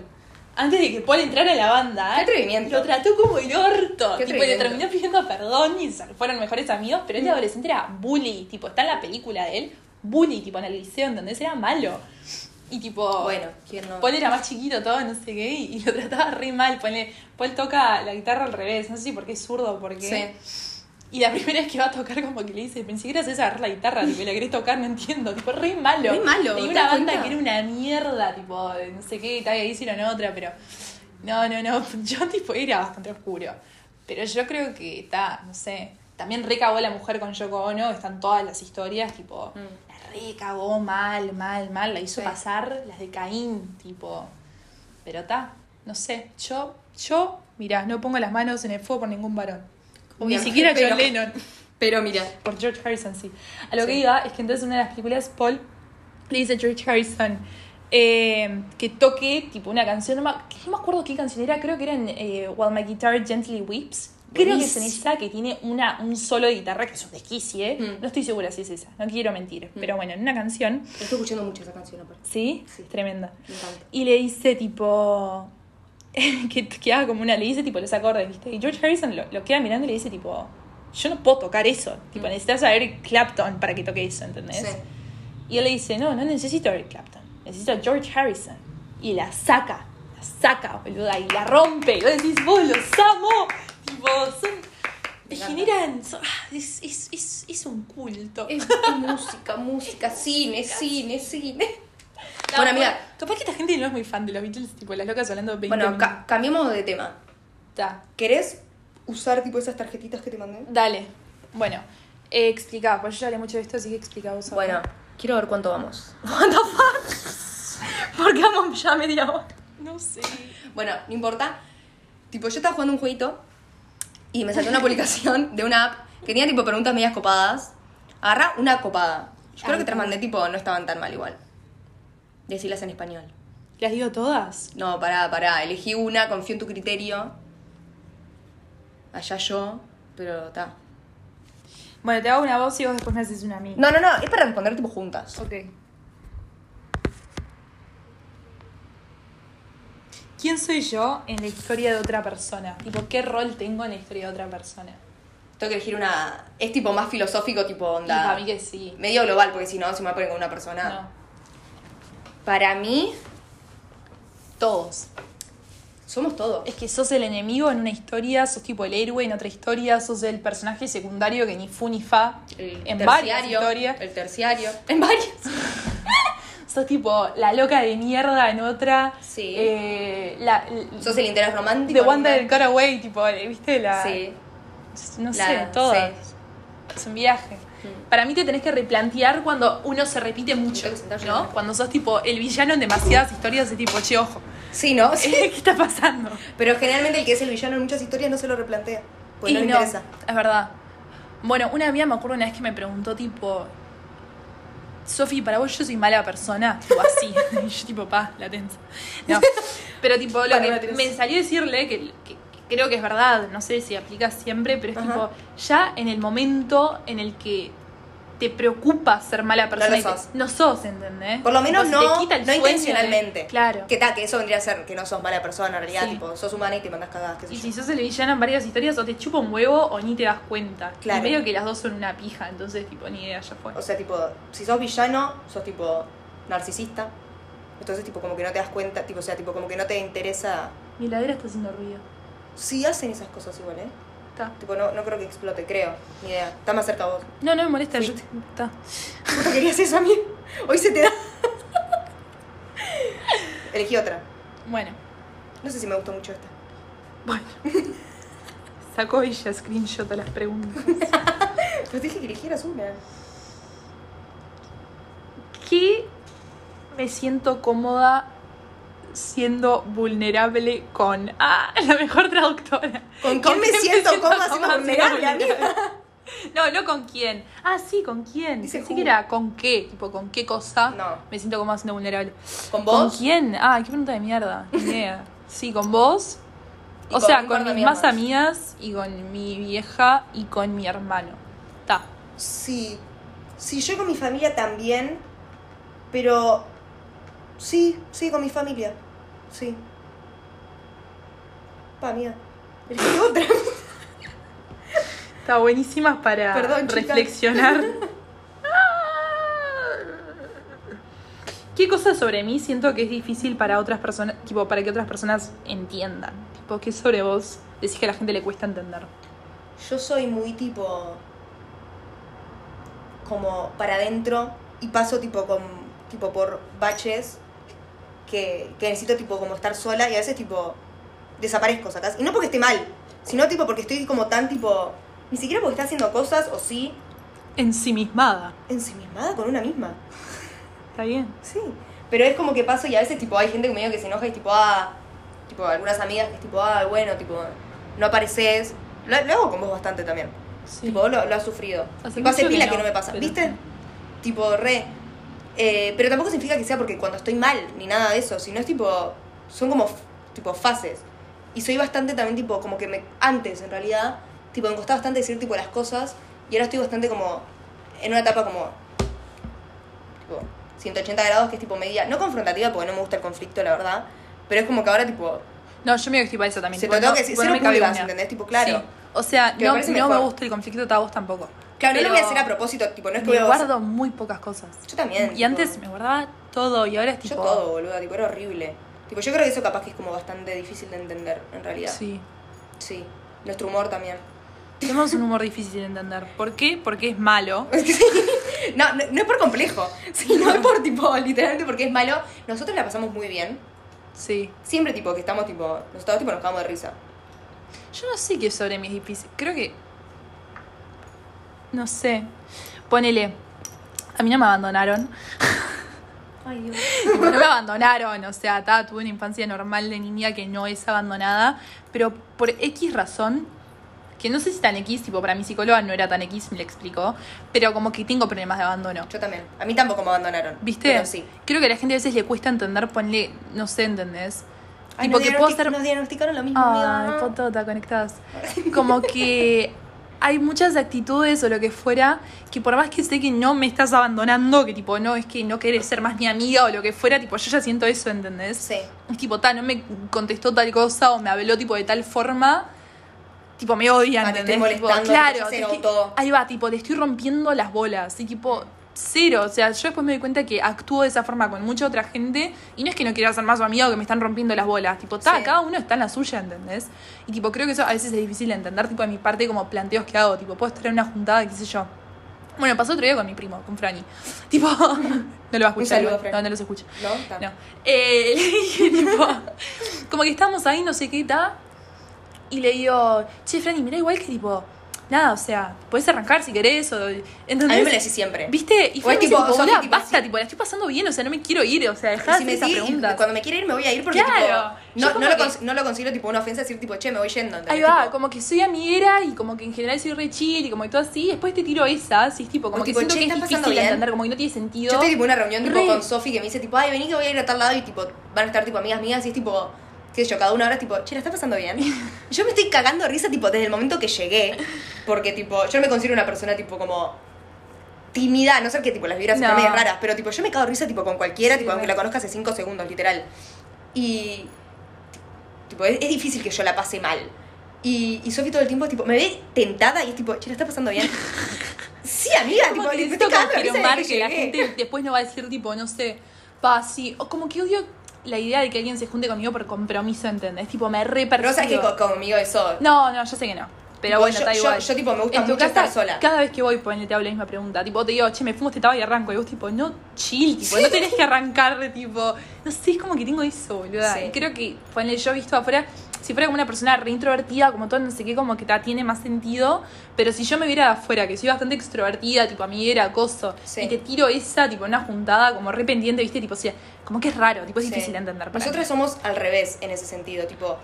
Antes de que Paul entrara a la banda. ¿eh? Qué atrevimiento. Lo trató como el orto. Qué Tipo, y le atrevimiento. terminó pidiendo perdón y se fueron mejores amigos, pero él de adolescente era bully, tipo, está en la película de él, bully, tipo, en el liceo, ¿entendés? Era malo. Y tipo, Bueno, ¿quién no? Paul era más chiquito todo, no sé qué, y, y lo trataba re mal. Ponle, Paul toca la guitarra al revés, no sé si porque es zurdo o porque... Sí. Y la primera vez que va a tocar, como que le dice, pensé que eras esa agarrar la guitarra, tipo, y la querés tocar, no entiendo, tipo, re malo. Re malo, Tenía ¿te una das banda cuenta? que era una mierda, tipo, de no sé qué, y tal, y ahí hicieron otra, pero. No, no, no, yo, tipo, era bastante oscuro. Pero yo creo que está, no sé. También recagó la mujer con Yoko Ono, están todas las historias, tipo, Mm. la recagó mal, mal, mal, la hizo Sí. pasar las de Caín, tipo. Pero está, no sé, yo, yo, mirá, no pongo las manos en el fuego por ningún varón. O ni No, siquiera pero- John Lennon. Pero mira, Por George Harrison, sí. A lo que Sí. iba es que entonces en una de las películas, Paul le dice a George Harrison eh, que toque tipo una canción. No me, no me acuerdo qué canción era, creo que era en eh, While My Guitar Gently Weeps. Creo que es en Buenísimo. esa que tiene una, un solo de guitarra que es un desquicie. Mm. No estoy segura si es esa, no quiero mentir. Pero bueno, en una canción, estoy escuchando mucho esa canción aparte. ¿sí? Sí. Tremenda. Me encanta. Y le dice tipo. que, que haga como una. Le dice tipo los acordes, ¿viste? Y George Harrison lo, lo queda mirando y le dice tipo. Yo no puedo tocar eso. Tipo, Mm. necesitas a Eric Clapton para que toque eso, ¿entendés? Sí. Y él le dice, no, no necesito a Eric Clapton. Necesito a George Harrison. Y la saca. La saca, boluda. Y la rompe. Y vos decís, vos los amo. Tipo, son. Te encanta. generan. son- ah, es, es, es, es un culto. Es música, música, cine, cine, cine. No, bueno, amiga. Capaz que esta gente no es muy fan de los Beatles, tipo, las locas hablando 20 Bueno, minutos. ca- cambiemos de tema. Ta. ¿Querés usar tipo esas tarjetitas que te mandé? Dale. Bueno, eh, explica, pues yo ya hablé mucho de esto, así que explica vos. ahora. Bueno, quiero ver cuánto vamos. What the fuck? ¿Por qué vamos ya a media hora? No sé. Bueno, no importa. Tipo, yo estaba jugando un jueguito y me saltó una publicación de una app que tenía tipo preguntas medias copadas. Agarra una copada. Yo creo Ay, que te las no. mandé tipo, no estaban tan mal igual. Decirlas en español. ¿Las digo todas? No, pará, pará. Elegí una, confío en tu criterio. Allá yo, pero está. Bueno, te hago una voz y vos después me haces una a mí. No, no, no, es para responder tipo juntas. Ok. ¿Quién soy yo en la historia de otra persona? Tipo, ¿qué rol tengo en la historia de otra persona? Tengo que elegir una. Es tipo más filosófico, tipo onda. Y para mí que sí. Medio global, porque si no, si me ponen con una persona. No. Para mí, Todos. somos todos. Es que sos el enemigo en una historia, sos tipo el héroe en otra historia, sos el personaje secundario que ni fu ni fa El en terciario, varias historias. El terciario. En varias. Sos tipo la loca de mierda en otra. Sí. Eh, la, l- Sos el interés romántico. The One en That una- Got Away, tipo, eh, ¿viste? La, Sí. No La- sé, todas. sí. Es un viaje. Para mí te tenés que replantear cuando uno se repite mucho, Tengo que sentar yo. ¿no? Cuando sos tipo el villano en demasiadas historias, es tipo, che, ojo, Sí, ¿no? Sí. ¿qué está pasando? Pero generalmente el que es el villano en muchas historias no se lo replantea. Porque Pues Y no le interesa. Es verdad. Bueno, una amiga me acuerdo una vez que me preguntó, tipo, Sofi, para vos yo soy mala persona. Tipo así. Y yo, tipo, pa, la tensa. No. Pero, tipo, lo Pa, que la tensa. me salió decirle, que, que- que creo que es verdad, no sé si aplica siempre, pero es Ajá. tipo, ya en el momento en el que te preocupa ser mala persona, y te- sos. no sos, ¿entendés? Por lo menos Tipo, se te no, quita el no sueño de- intencionalmente. Claro. Que ta, que eso vendría a ser que no sos mala persona en realidad, Sí. tipo, sos humana y te mandas cagadas, qué sé Y yo. si sos el villano en varias historias, o te chupa un huevo o ni te das cuenta. Claro. Y medio que las dos son una pija, entonces, tipo, ni idea, ya fue. O sea, tipo, si sos villano, sos tipo narcisista. Entonces, tipo, como que no te das cuenta, tipo, o sea, tipo, como que no te interesa. Mi heladera está haciendo ruido. sí hacen esas cosas igual, ¿eh? Está. Tipo, no, no creo que explote, creo. Ni idea. Está más cerca a vos. No, no me molesta. Sí. Yo, está. ¿Cómo querías eso a mí? Hoy se te da. Elegí otra. Bueno, No sé si me gustó mucho esta. bueno. Sacó ella screenshot a las preguntas. Pero te dije que eligieras una. ¿Qué me siento cómoda siendo vulnerable con? Ah, la mejor traductora. ¿Con quién me qué siento cómoda siendo vulnerable, No, no con quién. Ah, sí, con quién. Dice Pensé who. que era con qué, tipo, con qué cosa No. me siento cómoda siendo vulnerable. ¿Con ¿Con vos? quién? Ah, qué pregunta de mierda. Ni idea. Sí, con vos. Y O con sea, un par con de mis más amigas. amigas y con mi vieja y con mi hermano. Ta. Sí. Sí, yo con mi familia también. Pero. Sí, sí, con mi familia. Sí. Pa, mía. Elegí otra. Está buenísimas para Perdón, chicas. reflexionar. ¿Qué cosas sobre mí siento que es difícil para otras personas, tipo, para que otras personas entiendan? Tipo, ¿qué sobre vos decís que a la gente le cuesta entender? Yo soy muy tipo. como para adentro y paso tipo con. tipo por baches que, que necesito tipo como estar sola y a veces tipo. desaparezco, sacas. Y no porque esté mal, sino tipo porque estoy como tan tipo. ni siquiera porque está haciendo cosas o sí, Ensimismada. ensimismada con una misma. ¿Está bien? Sí. Pero es como que paso y a veces tipo hay gente que medio que se enoja y es tipo, ah, tipo algunas amigas que es tipo, ah, bueno, tipo, no apareces. Lo, lo hago con vos bastante también. Sí. Tipo, vos lo, lo has sufrido. Hace tipo, hace mucho que pila que no, no, me pasa, pero ¿viste? sí. Tipo, re. Eh, pero tampoco significa que sea porque cuando estoy mal, ni nada de eso, sino es tipo, son como, f- tipo, fases. Y soy bastante también, tipo, como que me, antes en realidad, tipo, me costaba bastante decir, tipo, las cosas, y ahora estoy bastante como, en una etapa como, tipo, 180 grados, que es tipo media, no confrontativa, porque no me gusta el conflicto, la verdad, pero es como que ahora, tipo, No, yo me tipo eso también. Se tipo, trató no- que sí, tipo, no cero me cabe pulgas, una. ¿entendés? Tipo, claro. Sí. O sea, Que me no, parece no me mejor. gusta el conflicto, a vos tampoco. claro, no lo voy a Pero hacer a propósito, tipo, no es que voy Me a- guardo muy pocas cosas. Yo también. Y tipo. antes me guardaba todo y ahora es Yo tipo. ah. todo, boluda, tipo, era horrible. Tipo, yo creo que eso capaz que es como bastante difícil de entender, en realidad. Sí. Sí. Nuestro humor también. Tenemos un humor difícil de entender. ¿Por qué? Porque es malo. No, no, no es por complejo, sino es por tipo, literalmente porque es malo. Nosotros la pasamos muy bien. Sí. Siempre tipo que estamos tipo, nosotros tipo nos cagamos de risa. Yo no sé qué sobre mí es difícil. Creo que. No sé. Ponele. A mí no me abandonaron. Ay, Dios. Tipo, no me abandonaron. O sea, ta, tuve una infancia normal de niña que no es abandonada. Pero por X razón. Que no sé si tan X, tipo, para mi psicóloga no era tan X, me lo explicó. Pero como que tengo problemas de abandono. Yo también. A mí tampoco me abandonaron. ¿Viste? Pero sí. Creo que a la gente a veces le cuesta entender, ponle, no sé, ¿entendés? Ay, tipo nos que puedo diagnostic- ser. Nos diagnosticaron lo mismo, Ay, amiga. potota, conectadas. Como que hay muchas actitudes o lo que fuera que por más que sé que no me estás abandonando, que tipo, no, es que no querés ser más mi amiga o lo que fuera, tipo, yo ya siento eso, ¿entendés? Sí. Es tipo, ta, no me contestó tal cosa o me habló tipo de tal forma. Tipo, me odian, Ah, te estoy ¿entendés? Tipo, molestando, claro, ya se te estoy- notó. ahí va, tipo, te estoy rompiendo las bolas. Y tipo, cero. O sea, yo después me doy cuenta que actúo de esa forma con mucha otra gente. Y no es que no quiera ser más su amiga o que me están rompiendo las bolas. Tipo, ta, Sí. cada uno está en la suya, ¿entendés? Y tipo, creo que eso a veces es difícil de entender, tipo, de mi parte, como planteos que hago. Tipo, puedo estar en una juntada, qué sé yo. Bueno, pasó otro día con mi primo, con Franny. Tipo, no lo va a escuchar. saludo, igual. Fran. No, no los escucha. ¿No? Está. No. Eh, le dije, tipo, como que estábamos ahí, no sé qué tal. Y le digo, che, Franny, mira, igual que tipo, nada, o sea, puedes arrancar si querés. O, A ¿entendés? mí me lo decís siempre. ¿Viste? Y O fue es tipo, tipo, sos "Boluda, tipo basta, así". tipo, la estoy pasando bien, o sea, no me quiero ir, o sea, Y dejá si de me hacer esas decís, y preguntas. cuando me quiera ir me voy a ir porque Claro. tipo, no, Yo no, como lo que- cons- no lo considero tipo una ofensa decir tipo, che, me voy yendo. ¿entendés? Ahí va, Tipo, como que soy amiguera y como que en general soy re chill y como que todo así. y Después te tiro esas y es tipo, como O que tipo, siento "Che, que es ¿estás pasando difícil de bien?". entender, como que no tiene sentido. Yo estoy tipo en una reunión tipo Re. con Sofi que me dice tipo, ay, vení que voy a ir a tal lado y tipo, van a estar tipo amigas mías y es tipo, qué sé yo, cada una ahora es tipo, che, ¿la está pasando bien? yo me estoy cagando de risa tipo desde el momento que llegué, porque tipo, yo no me considero una persona tipo como tímida, a no ser que tipo las vibras No. están medio raras, pero tipo yo me cago de risa tipo con cualquiera, Sí, tipo aunque re. la conozca hace 5 segundos, literal. Y tipo, es, es difícil que yo la pase mal. Y, y Sofi todo el tiempo tipo, me ve tentada y es tipo, che, ¿la está pasando bien? sí, amiga, como tipo, que me estoy necesito cagando de risa desde confirmar que que la llegué. gente después no va a decir tipo, no sé, pa, sí, o como que odio la idea de que alguien se junte conmigo por compromiso, ¿entendés? Tipo, me re Pero vos sabés que co- conmigo eso. No, no, yo sé que no. Pero Tipo, bueno, yo- está yo- igual. yo, tipo, me gusta En tu mucho casa, estar sola. Cada vez que voy, ponele, te hago la misma pregunta. Tipo, te digo, che, me fumo este tabaco y arranco. Y vos, tipo, no, chill, tipo, no tenés que arrancar, de tipo. No sé, es como que tengo eso, boluda. Sí. Y creo que, ponele, yo visto afuera, si fuera como una persona reintrovertida, como todo, no sé qué, como que ta- tiene más sentido. Pero si yo me viera de afuera, que soy bastante extrovertida, tipo, amiguera, acoso, Sí. y te tiro esa, tipo, en una juntada, como re pendiente, viste, tipo, o sea, como que es raro, tipo, es Sí. difícil de entender. para Nosotras somos al revés en ese sentido, tipo,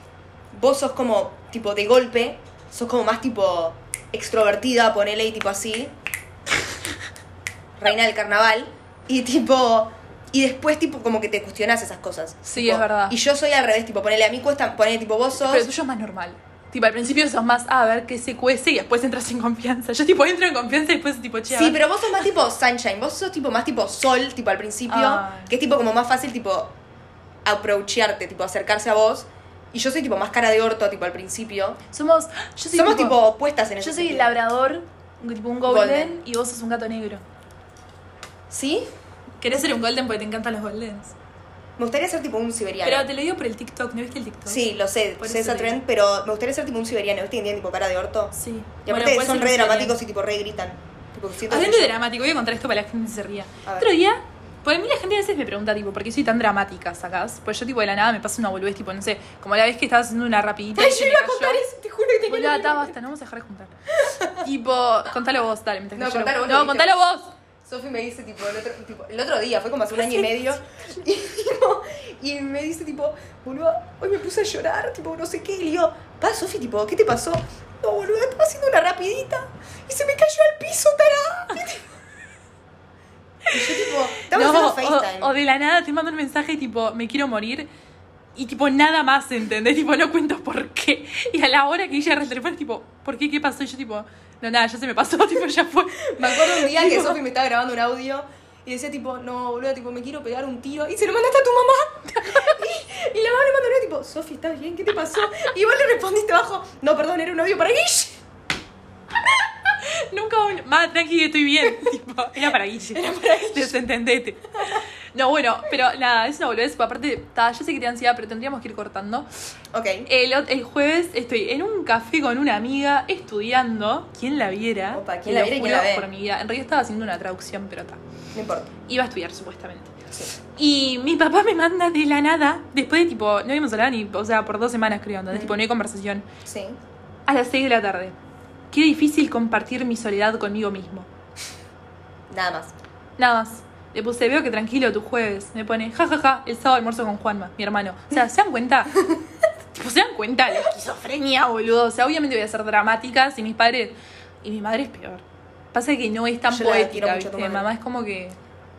vos sos como, tipo, de golpe, sos como más tipo extrovertida, ponele y tipo así, reina del carnaval, y tipo, y después tipo como que te cuestionas esas cosas. Sí, tipo, es verdad. Y yo soy al revés, tipo, ponele a mí cuesta, ponele tipo vos sos... Pero el tuyo es más normal. Tipo, al principio sos más, ah, a ver qué se cuece y después entras en confianza. Yo, tipo, entro en confianza y después, tipo, che, a Sí, ver. pero vos sos más tipo sunshine, vos sos tipo más tipo sol, tipo al principio, Ay. que es tipo como más fácil tipo approacharte, tipo acercarse a vos. Y yo soy tipo más cara de orto, tipo al principio. Somos, yo soy Somos tipo, opuestas en ese yo soy sentido. labrador, tipo un golden, Golden. y vos sos un gato negro. ¿Sí? Querés ser un golden porque te encantan los goldens. Me gustaría ser tipo un siberiano. Pero te lo digo por el TikTok, ¿no viste el TikTok? Sí, lo sé, Por sé eso esa te trend, digo. pero me gustaría ser tipo un siberiano, ¿viste? Que tienen tipo cara de orto. Sí. Y Bueno, aparte puede son ser re que se dramáticos rían. y tipo re gritan. Tipo, siento Hablando que- de dramático, voy a contar esto para que la gente se ría. A ver. Otro día, pues a mí la gente a veces me pregunta, tipo, ¿por qué soy tan dramática, sacás? Pues yo, tipo, de la nada me pasa una boludez, tipo, no sé, como la vez que estaba haciendo una rapidita. Ay, y se yo me iba a cayó. contar eso, te juro que te Boluda, está, basta, no vamos a dejar de juntar. tipo, contalo vos, dale, mientras No, que yo contalo vos, lo No, dijiste. contalo vos. Sofi me dice, tipo el, otro, tipo, el otro día, fue como hace un año y medio, y, tipo, y me dice, tipo, boludo, hoy me puse a llorar, tipo, no sé qué, y le digo, pa, Sofi, tipo, ¿qué te pasó? No, boludo, estaba haciendo una rapidita y se me cayó al piso, tarada. Y yo, tipo, estaba haciendo No, FaceTime. o, o de la nada te mando un mensaje tipo, me quiero morir. Y tipo, nada más, ¿entendés? Tipo, no cuento por qué. Y a la hora que ella el teléfono, tipo, ¿por qué? ¿Qué pasó? Y yo tipo, no, nada, ya se me pasó, tipo, ya fue. Me acuerdo un día que Sofi me estaba grabando un audio y decía tipo, no, boludo, tipo, me quiero pegar un tiro. Y se lo mandaste a tu mamá. Y, y la mamá le mandó un audio tipo, Sofi, ¿estás bien? ¿Qué te pasó? Y vos le respondiste abajo, no, perdón, era un audio para Guille. Nunca un... Más tranqui, estoy bien. tipo, era para Guille. Era para Guille. Desentendete. No, bueno, pero nada, es una boludez. Aparte, ta, yo sé que te ansiedad, pero tendríamos que ir cortando. Ok. El, ot- el jueves estoy en un café con una amiga estudiando. ¿Quién la viera? Opa, ¿quién Te la lo viera y juro quién la ve? por mi vida. En realidad estaba haciendo una traducción, pero está. No importa. Iba a estudiar supuestamente. Sí. Y mi papá me manda de la nada, después de tipo, no habíamos hablado ni, o sea, por dos semanas creo, entonces Mm. tipo, no hay conversación. Sí. A las 6 de la tarde. Qué difícil compartir mi soledad conmigo mismo. Nada más. Nada más. Le puse, veo que tranquilo tu jueves. Me pone, jajaja, ja, ja, el sábado almuerzo con Juanma, mi hermano. O sea, ¿se dan cuenta? tipo, ¿se dan cuenta? La esquizofrenia, boludo. O sea, obviamente voy a ser dramática si mis padres. Y mi madre es peor. Pasa que no es tan Yo la quiero poética, mucho a tu ¿viste? madre. Mamá es como que.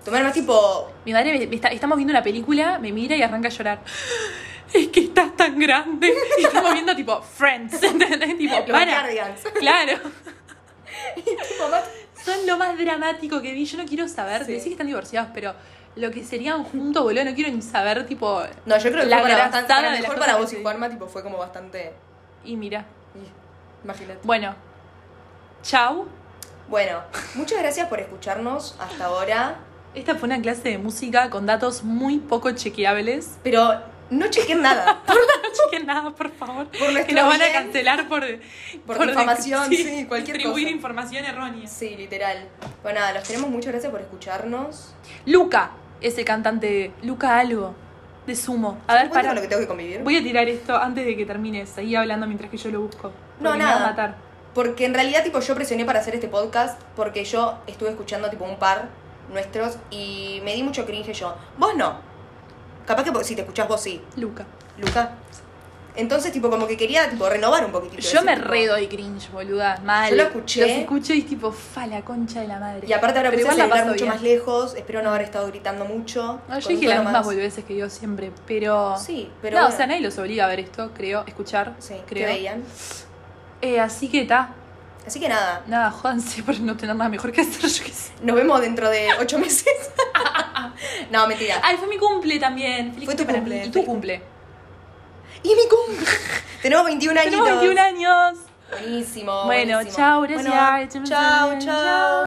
Tomar más tipo. Mi madre me- me está- estamos viendo una película, me mira y arranca a llorar. Es que estás tan grande. Y estamos viendo tipo Friends, ¿entendés? Tipo, Los para. Guardians. Claro. Mamá, Son lo más dramático que vi. Yo no quiero saber. Sí. Decís que están divorciados, pero lo que serían juntos, boludo, no quiero ni saber, tipo. No, yo creo que La fue para grasada bastante. Para de las mejor cosas para que vos se- y Juanma, tipo, fue como bastante. Y mira. Imagínate. Bueno. Chau. Bueno, muchas gracias por escucharnos hasta ahora. Esta fue una clase de música con datos muy poco chequeables. Pero no chequen nada. No chequen nada, por favor. Por nuestro que nos van a bien. cancelar por. Por, difamación, sí, cualquier Distribuir cosa. información errónea. Sí, literal. Bueno, nada, los queremos. Muchas gracias por escucharnos. Luca es el cantante de Luca algo de sumo. A ver, ¿Cuánto para. con lo que tengo que convivir? Voy a tirar esto antes de que termines. Seguí hablando mientras que yo lo busco. No, porque me va a nada. matar. Porque en realidad, tipo, yo presioné para hacer este podcast porque yo estuve escuchando, tipo, un par nuestros y me di mucho cringe yo. Vos no. Capaz que po- si te escuchás vos sí. Luca. Luca. Entonces, tipo, como que quería, tipo, renovar un poquitito. Yo decir, me tipo, re doy cringe, boluda. Mal. Yo lo escuché. Los escucho y es tipo, fa la concha de la madre. Y aparte ahora Pero puse el igual la celular paso mucho bien. más lejos. Espero no haber estado gritando mucho. No, yo con un dije las tono mismas más- boludeces que yo siempre, pero. Sí, pero No, bueno. o sea, nadie los obliga a ver esto, creo, escuchar. Sí, que creo. veían. Eh, así que ta. Así que nada, Nada, jódanse por no tener nada mejor que hacer, yo qué sé. nos vemos dentro de ocho meses. no, mentira. Ay, fue mi cumple también. Feliz Fue tu para cumple, mí. Y tu feliz cumple. Y mi cumple. Tenemos 21 años. Tenemos 21 años. Buenísimo. Bueno, buenísimo. chau, gracias. Bueno, chau, chau.